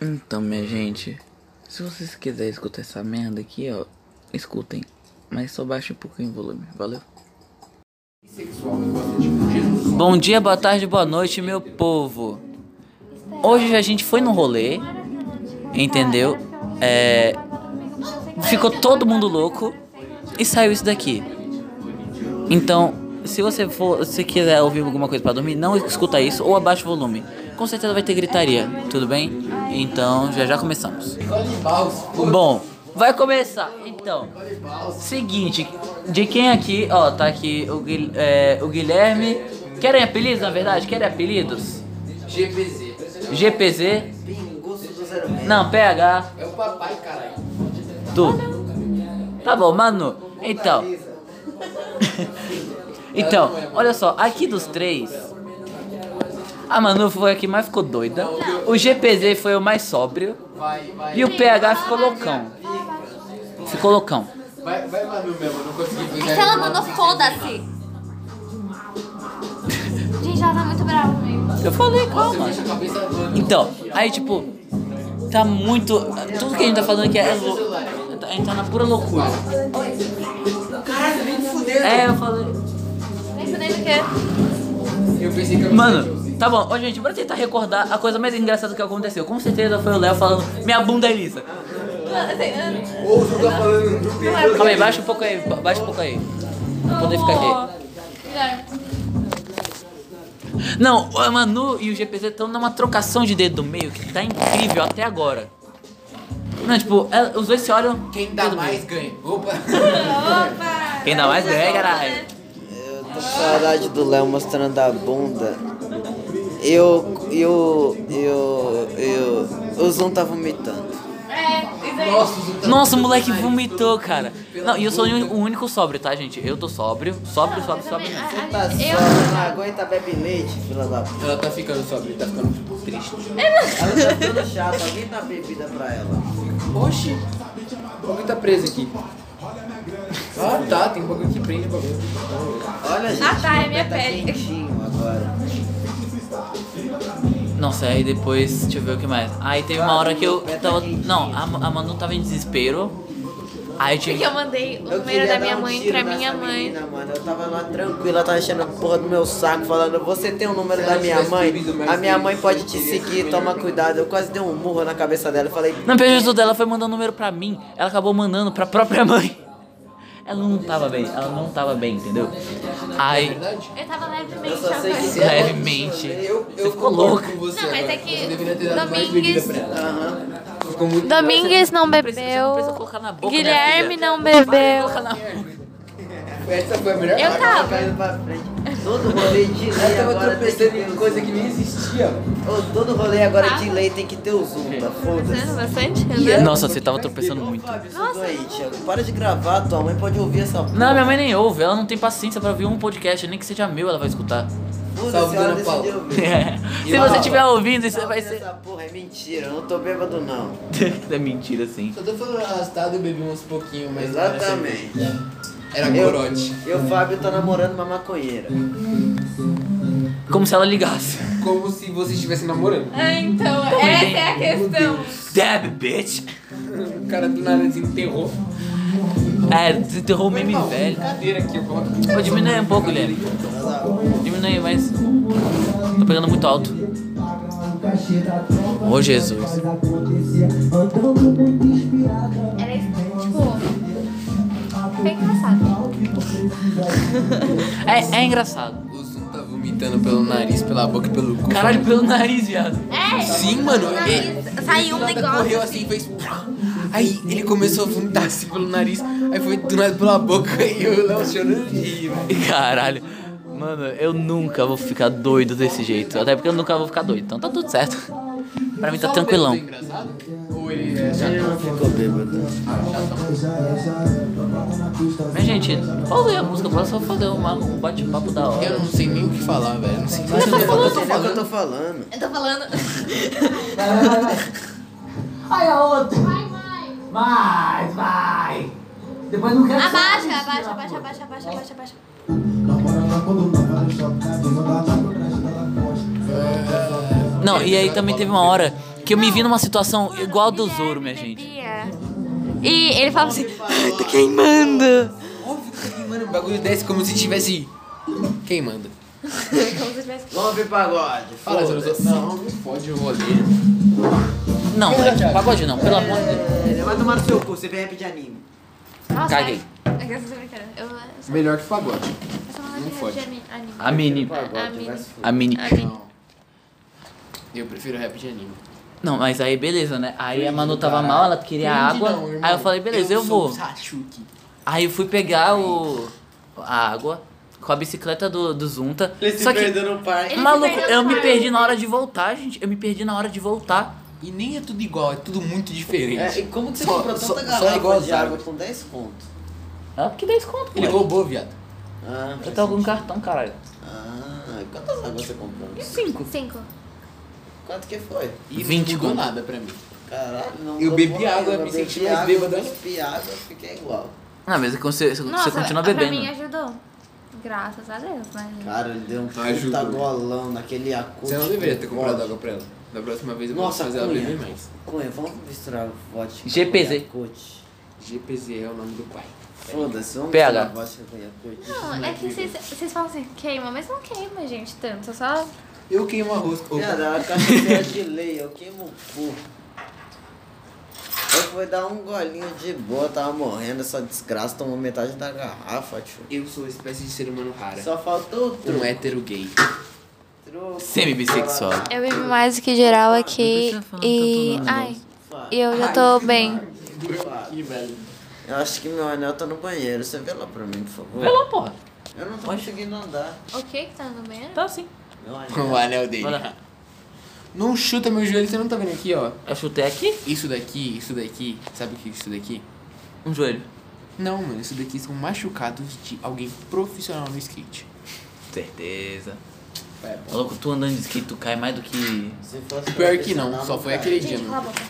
Então, minha gente, se vocês quiserem escutar essa merda aqui, ó, escutem. Mas só baixa um pouquinho o volume, valeu? Bom dia, boa tarde, boa noite, meu povo. Hoje a gente foi no rolê, entendeu? É, ficou todo mundo louco e saiu isso daqui. Então, se você for, se quiser ouvir alguma coisa pra dormir, não escuta isso ou abaixa o volume. Com certeza vai ter gritaria, tudo bem? Então, já já começamos. Bom, vai começar. Então, seguinte, de quem aqui, ó, tá aqui o, Guil- é, o Guilherme. Querem apelidos, na verdade? Querem apelidos? GPZ. GPZ? Pinguço do zero meio. Não, PH. É o papai, caralho. Tu. Tá bom, Manu. Então. então, olha só, aqui dos três. A Manu foi a que mais ficou doida. O GPZ foi o mais sóbrio. Vai, vai. E o PH ficou loucão. Ficou loucão. Vai, vai Manu mesmo, não consegui É que ela mandou foda-se. Gente, ela tá muito brava comigo. Eu falei, Você calma. mexe a cabeça do Manu. Então, aí tipo, tá muito. Tudo que a gente tá falando aqui é louco. A gente tá na pura loucura. Caralho, nem me fudeu. É, eu falei. Nem sei nem do que. Eu pensei que eu Mano, tá bom. Ô, gente, bora tentar recordar a coisa mais engraçada que aconteceu. Com certeza foi o Léo falando, minha bunda é lisa. Assim, Ou tu tá falando do Pedro. Calma aí, baixa um pouco aí, ba- baixa um pouco aí. Pra poder ficar aqui. Não, a Manu e o GPZ estão numa trocação de dedo do meio que tá incrível até agora. Não, tipo, ela- os dois se olham. Quem dá mais ganha. Opa. Quem dá mais ganha, caralho. Eu tô com saudade do Léo mostrando a bunda. Eu. Eu. Eu. Eu. O Zoom tá vomitando. É, Nossa, o Zuta- Nossa, o moleque vomitou, cara. Não, e eu sou o único- o único sóbrio, tá, gente? Eu tô sóbrio. Sóbrio, sóbrio, sóbrio. mesmo. Tá Eu- só, não aguenta bebe leite, filha da puta. Ela tá ficando sobre, tá ficando triste. Ela tá ficando chata, alguém dá bebida pra ela. Oxi. O bagulho tá preso aqui. Ah tá, tem bagulho que prende o bagulho. Olha, gente. tá, é minha tá pele. quentinho agora. Nossa, aí depois, deixa eu ver o que mais. Aí teve uma hora que eu Beta tava. quentinha. Não, a, Ma- a Manu tava em desespero. Aí eu tive. Porque eu mandei o Eu número queria da dar minha um mãe tiro pra nessa minha mãe. menina, mano. Eu tava lá tranquila, tava enchendo a porra do meu saco, falando: Você tem o número Se da ela minha tivesse mãe? bebido mais A minha leite, mãe pode te eu teria seguir, comido toma melhor. cuidado. Eu quase dei um murro na cabeça dela. Eu falei: Não, pelo jeito dela foi mandando o número pra mim. Ela acabou mandando pra própria mãe. Ela não tava bem, ela não tava bem, entendeu? Aí, Verdade? Eu tava Eu levemente só sei que se alcoólica. é ela- levemente. é Eu, Você eu ficou concordo louca. com você Não, mas agora. é que Você deveria ter dado mais Domingues- bebida pra ela. Ficou muito Domingues não Você não precisa bebeu. colocar na boca, minha Guilherme filha. não Para de bebeu. colocar na boca. Essa foi a melhor Eu parte. tava. Caindo pra frente. Todo rolê de lei Eu tava agora tem que tropeçando ter em o coisa zoom. que nem existia. Ô, Todo rolê agora de lei tem que ter o zoom, tá? Fazendo Foda-se. bastante, E né? Nossa, você tava tropeçando muito. Fábio, seu doente, Thiago. para de gravar, tua mãe pode ouvir essa porra. Não, minha mãe nem ouve, ela não tem paciência pra ouvir um podcast, nem que seja meu, ela vai escutar. Foda-se, Salve, ela Dona Paula. decidiu ouvir. É. Se você estiver ouvindo, isso vai ser. Essa porra é mentira, eu não tô bêbado não. É mentira, assim. Só tô falando arrastado e bebi uns pouquinho, mas. não era Exatamente. cerveja. Era Eu, corote. eu, Fábio, tô namorando uma maconheira. Como se ela ligasse. Como se você estivesse namorando. Ah, Então, ideia. essa é a questão. Dab, bitch! O cara do nada desenterrou. É, desenterrou o meme Não, velho. Cadeira Tá aqui, eu coloco. Pô, diminui um pouco, Guilherme. Diminui mais. Tá pegando muito alto. Ô Jesus. Era tipo. é, Bem engraçado. É, é engraçado. O Zoom tá vomitando pelo nariz, pela boca, pelo cu. Caralho, pelo nariz, viado. É! Sim, mano. nariz, ele- saiu um do nada negócio, correu assim e fez. Aí ele começou a vomitar assim pelo nariz. Aí foi do nada pela boca e o Léo chorando de rir. velho. Caralho. Mano, eu nunca vou ficar doido desse jeito. Até porque eu nunca vou ficar doido. Então tá tudo certo. Pra mim tá Só o tranquilão. Deus é engraçado? Ou ele é Ele chato? não ficou bêbado. Mas, gente, falei a música pra só fazer uma- um bate-papo da hora. Eu não sei nem o que falar, velho. Não sei nem Mas tá o que eu eu tô é tô o que eu falando. tô falando. Eu tô falando. Ai, a outra. Vai, vai. Depois não quero Abaixa, abaixa, abaixa, abaixa, abaixa, abaixa, abaixa. Não, e aí também teve uma hora Que eu me vi numa situação É igual do Zoro, minha gente. Bebia. E ele falava assim, Ai, tá queimando. Óbvio que tá queimando um bagulho desse, como se tivesse queimando. então como se eu tivesse... Vamos ver pagode. Fala, foda-se. Zoro. Não, não fode o rolê. Não, é que pagode não, pelo amor de Deus. É, Vai tomar no seu cu, você vem rap de anime. Nossa, Caguei. é- é que Eu tô brincando. Eu- eu sou- Melhor que pagode. eu sou uma Não menina fode. de ani- anime. A mini. A Pagode, mini. vai se fuder. A mini. A mini. Não. Eu prefiro rap de anime. Não, mas aí beleza, né? Aí a Manu tava mal, tá. ela queria é água. Aí eu falei, beleza, eu um vou. um Aí eu fui pegar o. a água com a bicicleta do, do Zunta. Só que. no parque. Ele se Maluco, perdeu eu no me parque. perdi na hora de voltar, gente. Eu me perdi na hora de voltar. E nem é tudo igual, é tudo muito diferente. e como que você Só- comprou só- tanta só garrafa igual de zero. água com 10 conto? Ah, que 10 conto, Ele moleque. roubou, viado. Ah, Eu tava com um cartão, caralho. Ah, quantas águas você comprou? E 5. Cinco. Quanto que foi? E 20 não mudou conto. nada pra mim. Caralho, não. Eu tô bebi morrendo, água, eu me senti bebi mais água, bêbado. né? Eu bebi água, eu fiquei igual. Não, mas você, você Nossa, continua pra mim é bebendo. ajudou. Graças a Deus, mas... Cara, ele deu um Ajuda. puta golão naquele acústico. Você não deveria ter comprado Ó, água pra ela. Da próxima vez eu vou Nossa, fazer Cunha. ela beber mais. Cunha, vamos misturar vodka GPZ. com Yakut. GPZ é o nome do pai. Foda-se, vamos Pega. misturar vodka com Yakut. Não, é que vocês- vocês falam assim, queima, mas não queima, gente, tanto. Só Ah, Eu queimo arroz. Opa. Cara, a cachaceira de lei, eu queimo o cu. Eu fui dar um golinho de boa, tava morrendo, essa desgraça tomou metade da garrafa, tio. Eu sou uma espécie de ser humano rara. Só faltou o Um truco. hétero gay. truco. Semi-bissexual. Eu bebi mais do que geral aqui Não precisa falar e. tanto não, Ai, Fala. e eu já tô bem. Ih, velho. Eu acho que meu anel tá no banheiro, você vê lá pra mim, por favor. Vai lá, porra. Eu não tô conseguindo andar. O que que tá no banheiro? Tá sim. Meu Com o anel. anel dele. Vai lá. Não chuta meu joelho, você não tá vendo aqui, ó. Eu chutei aqui Isso daqui, isso daqui. Sabe o que é isso daqui? um joelho. Não, mano, isso daqui são machucados de alguém profissional no skate. Certeza. É, Maluco, tu andando de skate, tu cai mais do que. Se fosse Pior que profissional, não, só foi cai. aquele dia, Gente, cala a mano. boca.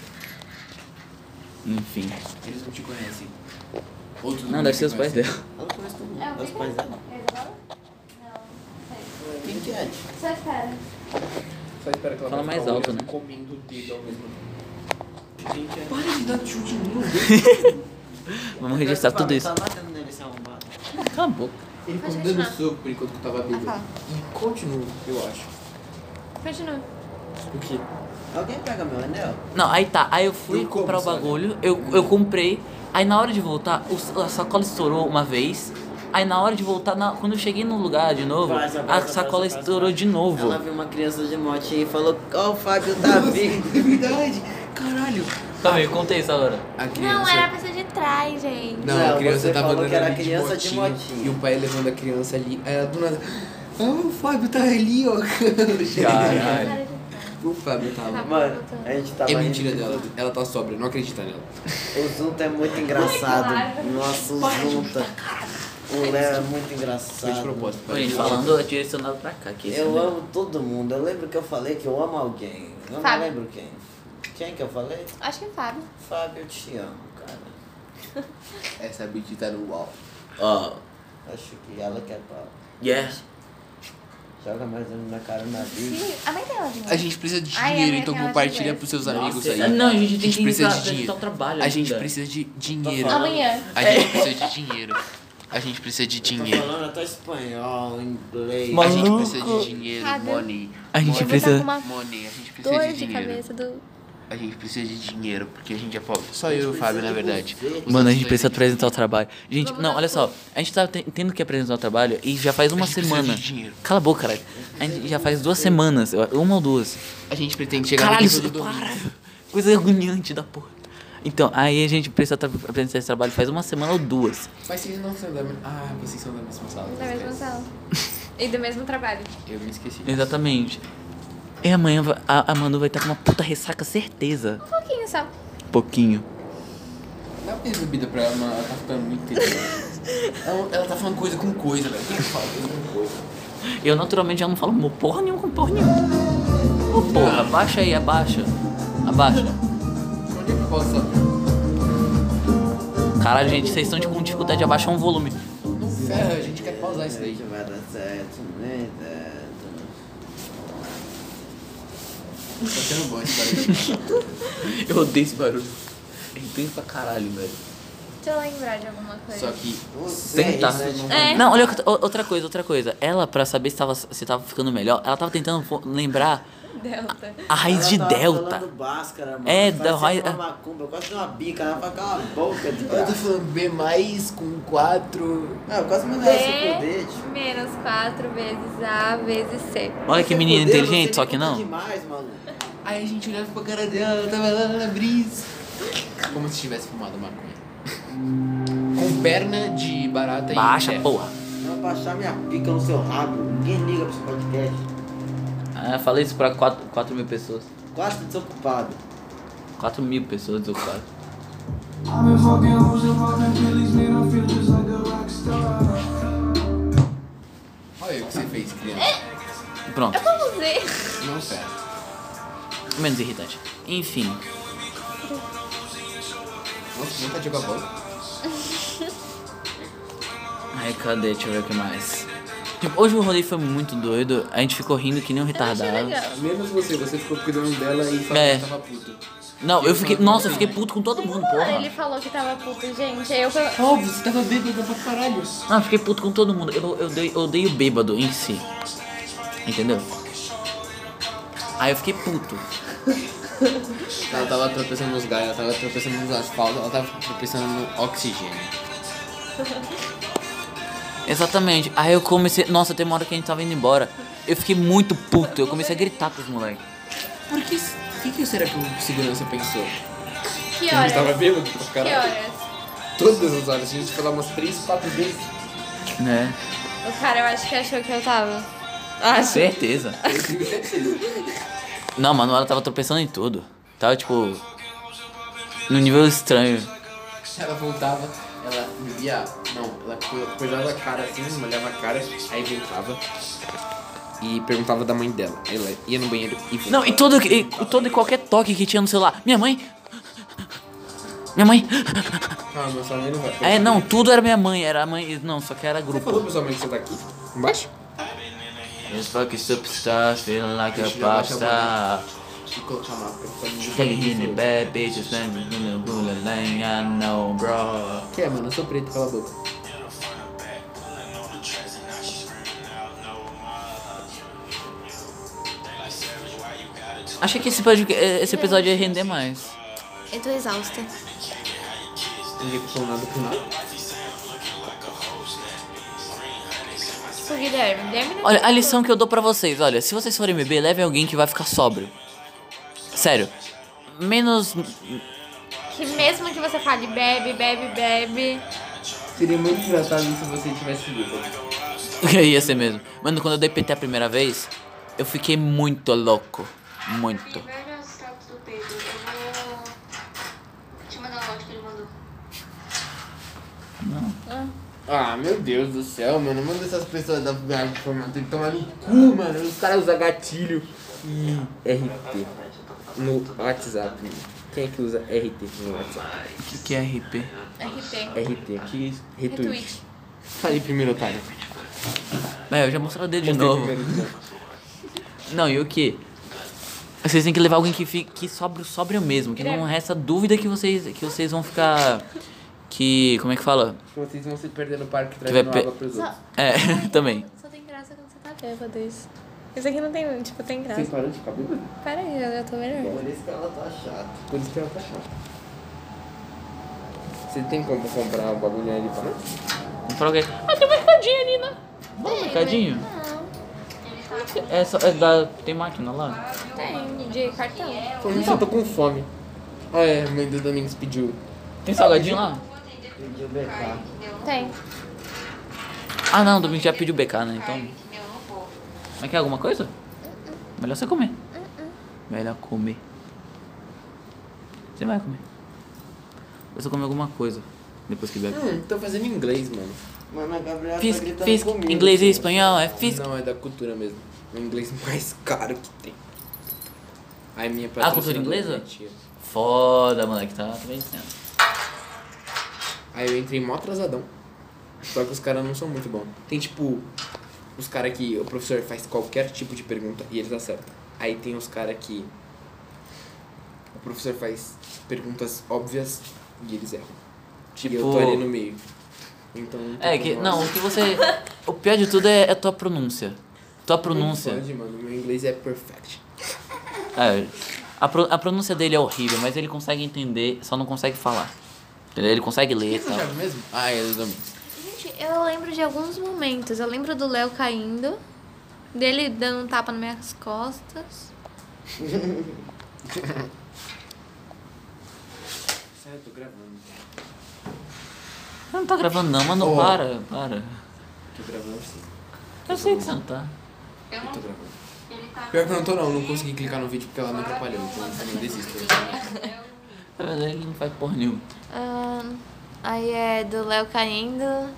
Enfim. Eles não te conhecem. Outros Não, deve ser os pais dela. Ela conhece todo mundo, É o os que? pais dela. Quem que é? Só espera. Só espera que ela Fala vai mais ficar alto, olhando, né? Comendo o dedo ao mesmo tempo. é- Para de dar chute em mim, Vamos registrar tudo isso. Tá batendo nele esse arrombado. Cala a boca. Ele ficou Pode me dando continuar. soco por enquanto que eu tava bêbado. Ah, fala. E continua, eu acho. Continua. O quê? Alguém pega meu anel? Não, aí tá. Aí eu fui Eu como, comprar o sabe? bagulho, eu, eu comprei. Aí na hora de voltar, o- a sacola estourou uma vez. Aí na hora de voltar, na- quando eu cheguei no lugar de novo, Vai, vai, vai, a vai, sacola vai, vai, estourou vai. de novo. Ela viu uma criança de motinha e falou, ó o Fábio tá vindo. É verdade! Caralho! Tá eu contei essa hora. A Não, era a pessoa de trás, gente. Não, a Não, criança você tava falou andando que era ali criança de de motinha, motinha. E o pai levando a criança ali. Aí ela do nada. Ah, o Fábio tá ali, ó. Caralho. Era de trás. o Fábio Tá tava. Mano, a gente tava É mentira rindo. dela, ela tá sóbria, não acredita nela. O Zunta é muito engraçado. claro. Nossa, o Zunta. O Léo é muito engraçado. Foi de propósito. Oi, gente, falando direcionado pra cá. Que esse Eu né? amo todo mundo. Eu lembro que eu falei que eu amo alguém. Eu não Fábio. lembro quem. Quem que eu falei? Acho que é Fábio. Fábio, eu te amo, cara. Essa beat tá no uau. Ó. Acho que ela quer pau. Yeah. Joga mais um na cara na vida. Sim, né? a mãe dela, gente. A gente precisa de Ai, dinheiro, é então aquela compartilha conversa. pros seus Nossa, amigos é- aí. não, a gente tem que precisa entrar- de apresentar dinheiro. o trabalho A gente ainda. precisa de dinheiro. Amanhã. A gente precisa de dinheiro. A gente precisa de Tô dinheiro. falando até espanhol, inglês. A Maluco. gente precisa de dinheiro, Fábio. money. A gente money, Eu vou estar precisa- com uma Money, a gente precisa dor de de dinheiro. cabeça do. A gente precisa de dinheiro, porque a gente é pobre. Só gente eu e o Fábio, na precisa de verdade. você. Os Mano, a gente outros precisa dois, apresentar o trabalho. Gente, Vamos não, lá, olha só. pô. A gente tá te- tendo que apresentar o trabalho e já faz uma gente precisa semana. de dinheiro. Cala a boca, caralho. A gente já faz duas semanas, eu- uma ou duas. A gente pretende chegar Caralho, no isso nível do para. domínio. Coisa agoniante da porra. Então, aí a gente precisa tra- apresentar esse trabalho faz uma semana ou duas. Mas vocês não são da mesma... Ah, vocês são da mesma sala. Da mesma esquece. sala. E do mesmo trabalho. Eu me esqueci. É, Exatamente. E amanhã va- a, a Manu vai estar com uma puta ressaca, certeza. Um pouquinho só. Pouquinho. Dá uma bebida pra ela, mano. Ela tá ficando muito entendida. ela, ela tá falando coisa com coisa, velho. Quem é fala coisa com coisa? Eu naturalmente já não falo mo- porra nenhuma com porra nenhuma. Ô porra, abaixa aí, abaixa. Abaixa. Onde é que posso saber? Caralho, gente, vocês estão de- com dificuldade de abaixar um volume. Não ferra, a gente quer pausar isso A gente daí. Tá, vai dar certo, né? Certo. Tá sendo bom esse barulho. Eu odeio esse barulho. É intenso pra caralho, velho. Deixa eu lembrar de alguma coisa. Só que Tentar. É. Não, olha outra- outra coisa, outra coisa. Ela, pra saber se tava, se tava ficando melhor, ela tava tentando fo- lembrar Delta. a raiz de tá Delta. Báscara, mano. É, da Parecia raiz- uma macumba, eu quase dei uma bica, ela fala cala a boca de Eu tô braço. falando B mais com 4. Não, eu quase mandei ela se B poder. menos 4 vezes A vezes C. Olha que menina inteligente, só que não. demais, maluco. Aí a gente olhava pra cara dela, ela tava lá na brisa. Como se tivesse fumado maconha. Com perna de barata Baixa, e. porra. Ela baixar minha pica no seu rabo. Ninguém liga pra esse podcast. Ah, falei isso pra 4 mil pessoas. Quase desocupado. 4 mil pessoas do quadro. I've been fucking hoes and popping pillies, man. I feel just like a rock star. Olha o que você fez, criança. Pronto, Eu não usei. Não certo. menos irritante. Enfim, Nossa, tá nunca jogou a bola. ai cadê? Deixa eu ver o que mais. Tipo, hoje o rolê foi muito doido, a gente ficou rindo que nem um Eu achei retardado. legal. Menos você, você ficou cuidando dela e falou É. que tava puto. Não, eu fiquei. Nossa, eu fiquei puto com todo mundo, Mano, porra. ele falou que tava puto, gente. Aí eu fui. Óbvio, você tava bêbada pra caralho. Não, eu fiquei puto com todo mundo. Eu, eu, dei- eu odeio bêbado em si. Entendeu? Aí eu fiquei puto. Ela tava tropeçando nos galhos, ela tava tropeçando nos asfalto, ela tava tropeçando no oxigênio. Exatamente. Aí eu comecei. Nossa, tem uma hora que a gente tava indo embora. Eu fiquei muito puto. Eu comecei a gritar pros moleques. Por que. O que, que será que o segurança pensou? Que A gente tava horas? bêbado pra Que caralho. horas? Todas as horas, a gente falou umas 3, 4 vezes. Né? O cara eu acho que achou que eu tava. Acho. Certeza. Não, mano, ela tava tropeçando em tudo. Tava tipo. Num nível estranho. Ela voltava, ela bebia. Não, ela co- coisava a cara assim, molhava a cara, aí voltava. E perguntava da mãe dela. Aí Ela ia no banheiro e voltava. Não, e todo e, todo e qualquer toque que tinha no celular. Minha mãe. Minha mãe. Ah, mas sua mãe não vai. É, não, tudo era minha mãe. Era a mãe. Não, só que era Você grupo. falou pra sua mãe que você tá aqui? Embaixo? It's fucking superstar, feeling like a popstar. Deixa eu colocar lá. pra ficar no- Take a hit in the bad bitches, then we're gonna rule the land, I know, bro. Que é, mano? Eu sou preto, cala a boca. Achei que esse, pod- esse episódio ia render mais. Eu tô exausta. Ninguém falou nada com nada. Tipo, Guilherme. Guilherme não Olha, a lição que eu dou pra vocês, olha, se vocês forem beber, levem alguém que vai ficar sóbrio. Sério. Menos. Que mesmo que você fale bebe, bebe, bebe. Seria muito engraçado se você tivesse bêbado. que ia ser É mesmo. Mano, quando eu dei PT a primeira vez, eu fiquei muito louco. Muito. Olha os status do Pedro. Eu vou te mandar um áudio que ele mandou. Ah, meu Deus do céu, mano. Manda essas pessoas da da forma. Tem que tomar no cu, mano. Os caras usam gatilho e RT no WhatsApp. Quem é que usa RT no WhatsApp? O que, que é RP? RT. RT. Que isso? É Retweet. Falei primeiro, otário. É, eu já mostrei o dedo de Mostrei novo. primeiro, então. Não, e o que? Vocês têm que levar alguém que fique que sobre sobre o mesmo, que não resta dúvida que vocês que vocês vão ficar que como é que fala? Vocês vão se perder no parque vai trazendo pe- água pros outros. É, também. Só tem graça quando você tá bêbado isso. Isso aqui não tem, tipo, tem Você graça. parou de ficar bêbado? Pera aí, eu já tô melhor. Por isso que ela tá chata. Por isso que ela tá chata. Você tem como comprar um bagulho ali pra nós? Comprar alguém. Ah, tem um mercadinho ali, né? Vamos, mercadinho? Não, É só é da tem máquina lá. tem. De cartão. é Falando isso, eu tô com fome. Ah, é, a mãe do Domingos pediu. Tem salgadinho lá? Pediu BK. Tem. Ah, não, domingo já pediu BK, né? Ai, Então, entendeu? Eu não vou. mas quer alguma coisa? Melhor você comer. Melhor comer. Você vai comer. Você come alguma coisa depois que bebe. Hum, tô fazendo inglês, mano. Mano, a Gabriela Fiz, tá gritando fiz, comigo. inglês né? e espanhol, é fiz. Não, é da cultura mesmo. O inglês mais caro que tem. Ai, minha Ah, cultura patrocinadora, inglesa? minha tia. Foda, moleque, tá tá bem dizendo. Aí eu entrei mó atrasadão. Só que os caras não são muito bons. Tem tipo, os caras que o professor faz qualquer tipo de pergunta e eles acertam. Aí tem os caras que professor faz perguntas óbvias e eles erram. Tipo. E eu tô ali no meio. Então. não tem É que. como Não, o que você. O pior de tudo é, é tua pronúncia. Tua pronúncia. Pode, mano. Meu inglês é perfect. É, a, pro- a pronúncia dele é horrível, mas ele consegue entender, só não consegue falar. Entendeu? Ele consegue ler e Você tal. sabe mesmo? Ah, eu também. Gente, eu lembro de alguns momentos. Eu lembro do Léo caindo, dele dando um tapa nas minhas costas. Sério, eu tô gravando. Eu não tô gravando não, mano, Ó. para, para. Tô gravando sim. Eu sei que você não tá. Eu Tô não. gravando. Ele tá. Pior que eu não tô não, não consegui clicar no vídeo porque ela me atrapalhou. Então eu não desisto. Na verdade, ele não faz porra nenhuma. Ahn, aí é do Léo caindo,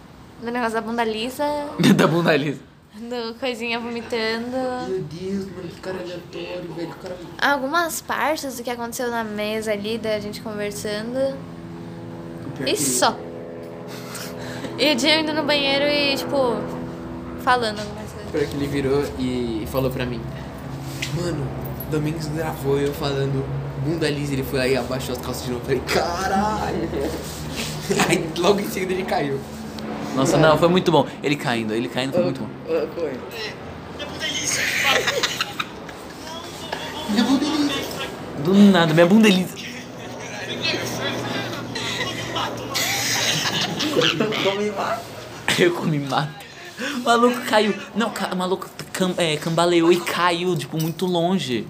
do negócio da bunda lisa, da bunda lisa. do coisinha vomitando. Meu Deus, mano, que cara aleatório, velho. Que cara Algumas partes do que aconteceu na mesa ali, da gente conversando. E só. E o Jim indo no banheiro e, tipo, falando algumas coisas. Pior que ele virou e falou pra mim: Mano, Domingos gravou eu falando bunda lisa. Ele foi lá e abaixou as calças de novo. Eu falei: Caralho! Aí logo em seguida ele caiu. Nossa, não, foi muito bom. Ele caindo, ele caindo foi muito bom. Minha bunda lisa! Do nada, minha bunda é lisa. Eu comi mato. O maluco caiu. Não, ca- o maluco cam- é, cambaleou e caiu, tipo, muito longe.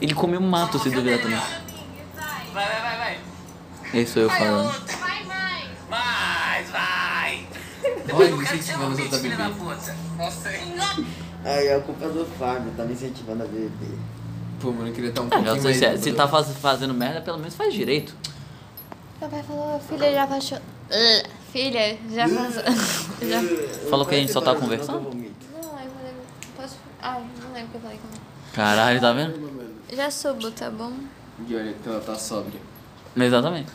Ele comeu um mato, se duvidar também. Vai, vai, vai, vai. É isso eu falando. Vai, mãe. Mais, vai. Olha, Eu quero que você incentivando os vomite, outros a filha da beber. puta. Nossa, hein? Aí a culpa é do Fábio, tá me incentivando a beber. Pô, mano, eu queria estar um Ah, já pouquinho sei, mais. se, se tá faz- fazendo merda, pelo menos faz direito. Meu pai falou, filha, já baixou. Ugh, Filha, já passou. já... Falou que a gente só tá conversando? Não, aí eu falei, posso... Ai, não lembro o que eu falei como. Caralho, tá vendo? Já subo, tá bom? E olha que ela tá sóbria. Exatamente.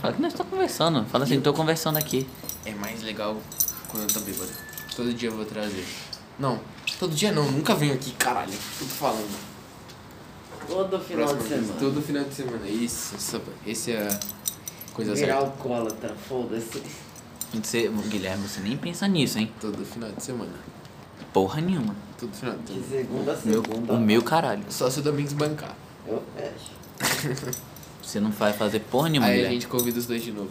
Fala que nós estamos conversando. Fala assim, tô conversando aqui. É mais legal quando eu tô bêbado. Todo dia eu vou trazer. Não, todo dia não, nunca venho aqui, caralho. O que eu tô falando? Todo final de vez, semana. Todo final de semana. Isso, essa, esse é a coisa Virar certa. alcoólatra, foda-se. Você, Guilherme, você nem pensa nisso, hein? Todo final de semana. Porra nenhuma. Todo final de De semana. segunda a Meu- segunda. o meu caralho. Só se o Domingos bancar. Eu fecho. Você não vai fazer porra nenhuma, Aí a Guilherme. gente convida os dois de novo.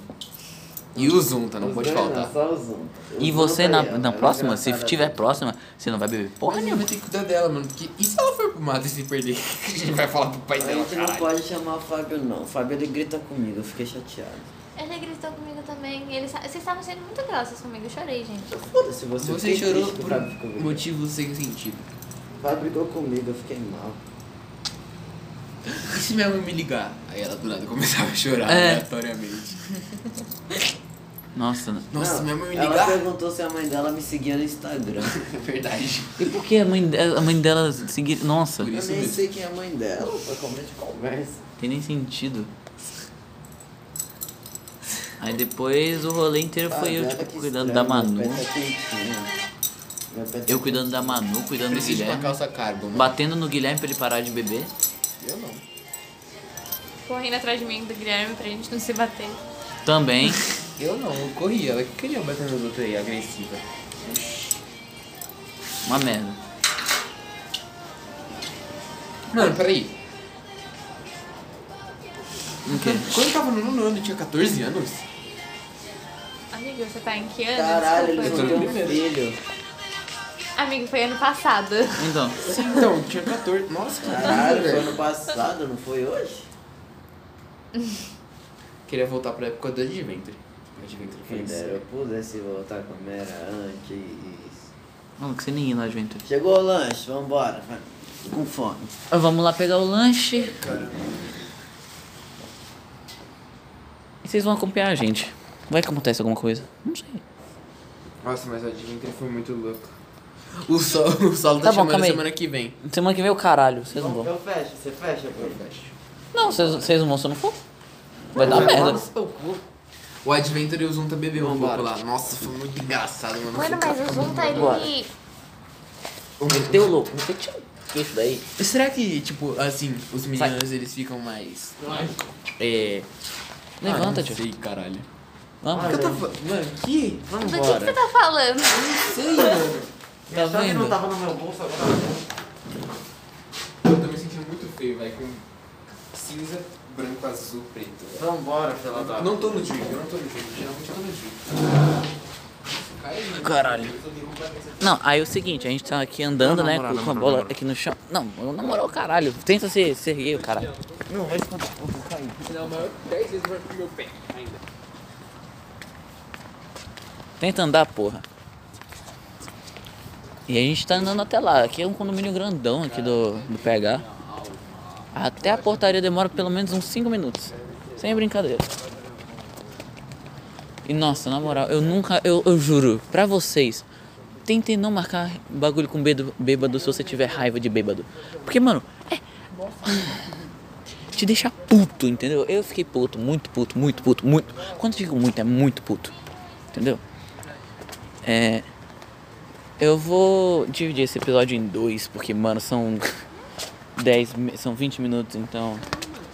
E o Então Zunta, não Os pode dois faltar. Não, só os um. E Os você, dois na, aí, ó, na é próxima, se engraçado. tiver próxima, você não vai beber porra Mas nenhuma. eu vou ter que cuidar dela, mano. Porque e se ela for pro mato e se perder? A gente vai falar pro pai A dela, gente não caralho. pode chamar o Fábio, não. O Fábio ele grita comigo, eu fiquei chateado. Ele gritou comigo também. Ele, sa- vocês estavam sendo muito grossos comigo, eu chorei, gente. Foda-se, você, Você chorou por por motivos sem sentido. O Fábio brigou comigo, eu fiquei mal. E se minha mãe me ligar? Aí ela do nada começava a chorar É. aleatoriamente. Nossa. né? não. Nossa, Não, minha mãe me Ela ligar? perguntou se a mãe dela me seguia no Instagram. É verdade. E por que a mãe, de- a mãe dela seguir. Nossa, Por não Eu Isso nem mesmo. sei quem é a mãe dela, foi como a gente conversa. tem nem sentido. Aí depois o rolê inteiro foi eu, Fábio, tipo, olha que cuidando da estranho, Manu. tá Meu pé tá quentinho. Meu pé tá Eu cuidando da Manu, cuidando do Preciso de uma Guilherme. calça cargo, mano. Batendo no Guilherme pra ele parar de beber. Eu não. Correndo atrás de mim do Guilherme pra gente não se bater. Também. Eu não, eu corri. Ela que queria bater nos outros aí, agressiva. Uma merda. Mano, peraí. O quê? Quando eu tava no nono ano, eu tinha 14 anos. Amigo, você tá em que ano? Caralho, ele Desculpa. Eu tô não tem um primeiro. filho. Amigo, foi ano passado. Então, Sim, então, eu tinha 14. Nossa, Caralho, foi velho. ano passado, não foi hoje? Queria voltar pra época do Adventure. Adventure foi Quem dera eu isso. pudesse voltar como era antes. mano, que você nem ia na Adventure. Chegou o lanche, vambora. vai. Tô com fome. Ah, Vamos lá pegar o lanche. E vocês vão acompanhar a gente. Vai que acontece alguma coisa. Não sei. Nossa, mas o Adventure foi muito louco. O sol, o sol tá, Tá bom, chamando calma aí. semana que vem. Semana que vem é o caralho, vocês Tá não vão. Eu fecho, você fecha, pô. Não, vocês vocês não vão se eu não for. Vai dar merda. Nossa, o cu. O Adventure e o Zunta bebeu um Vambora. pouco lá. Nossa, foi muito engraçado, mano. Mano, mas o Zoom tá Bora. ele. Meteu o louco, meteu tchau. que isso daí? Será que, tipo, assim, os meninos eles ficam mais. É. Levanta, ah, tio. não sei, caralho. Vamos. Ah, eu tava- Mano, que? Vamos Do que, que você embora. tá falando? Sei, mano. Tá vendo? tava no meu bolso agora. Eu tô me sentindo muito feio, velho, com cinza, branco, azul, preto. Vambora, filha da... Não tô no time, eu não tô no time, geralmente eu tô no time. Caralho. Não, aí é o seguinte, a gente tá aqui andando, né, com, com a bola aqui no chão. Não, na moral, caralho, tenta se, se erguer, o caralho. Não, vai espantar, eu vou cair. Não, mas 10 vezes vai pro meu pé ainda. Tenta andar, porra. E a gente tá andando até lá. Aqui é um condomínio grandão aqui do, do PH. Até a portaria demora pelo menos uns 5 minutos. Sem brincadeira. E nossa, na moral, eu nunca, eu, eu juro, pra vocês, tentem não marcar bagulho com bêdo- bêbado se você tiver raiva de bêbado. Porque, mano, é. Te deixa puto, entendeu? Eu fiquei puto, muito puto, muito puto, muito. Quando eu digo muito, é muito puto. Entendeu? É. Eu vou dividir esse episódio em dois, porque, mano, são 10, mi- são 20 minutos, então.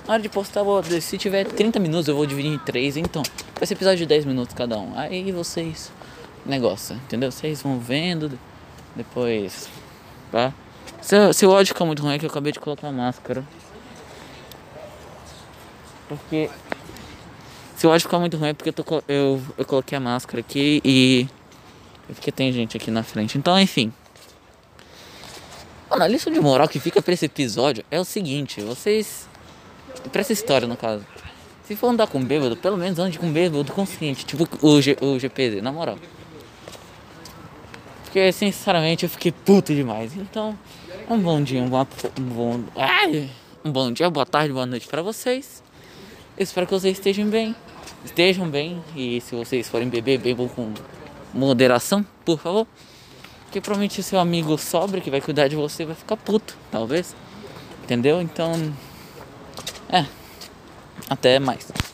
Na hora de postar, eu vou, se tiver 30 minutos, eu vou dividir em três, então. Vai ser episódio de 10 minutos cada um. Aí vocês. Negócio, entendeu? Vocês vão vendo, de- depois. Tá? Se, se o áudio ficar muito ruim, é que eu acabei de colocar a máscara. Porque. Se o áudio ficar muito ruim, é porque eu, tô co- eu, eu coloquei a máscara aqui e. É porque tem gente aqui na frente. Então, enfim. Mano, a lição de moral que fica pra esse episódio é o seguinte: vocês. Pra essa história, no caso. Se for andar com um bêbado, pelo menos ande com um bêbado consciente. Tipo o, G, o GPD, na moral. Porque, sinceramente, eu fiquei puto demais. Então, um bom dia, um bom. Um bom, ai, um bom dia, boa tarde, boa noite pra vocês. Eu espero que vocês estejam bem. Estejam bem. E se vocês forem beber, bebam com moderação, por favor. Porque provavelmente seu amigo sobre que vai cuidar de você vai ficar puto, talvez. Entendeu? Então. É. Até mais.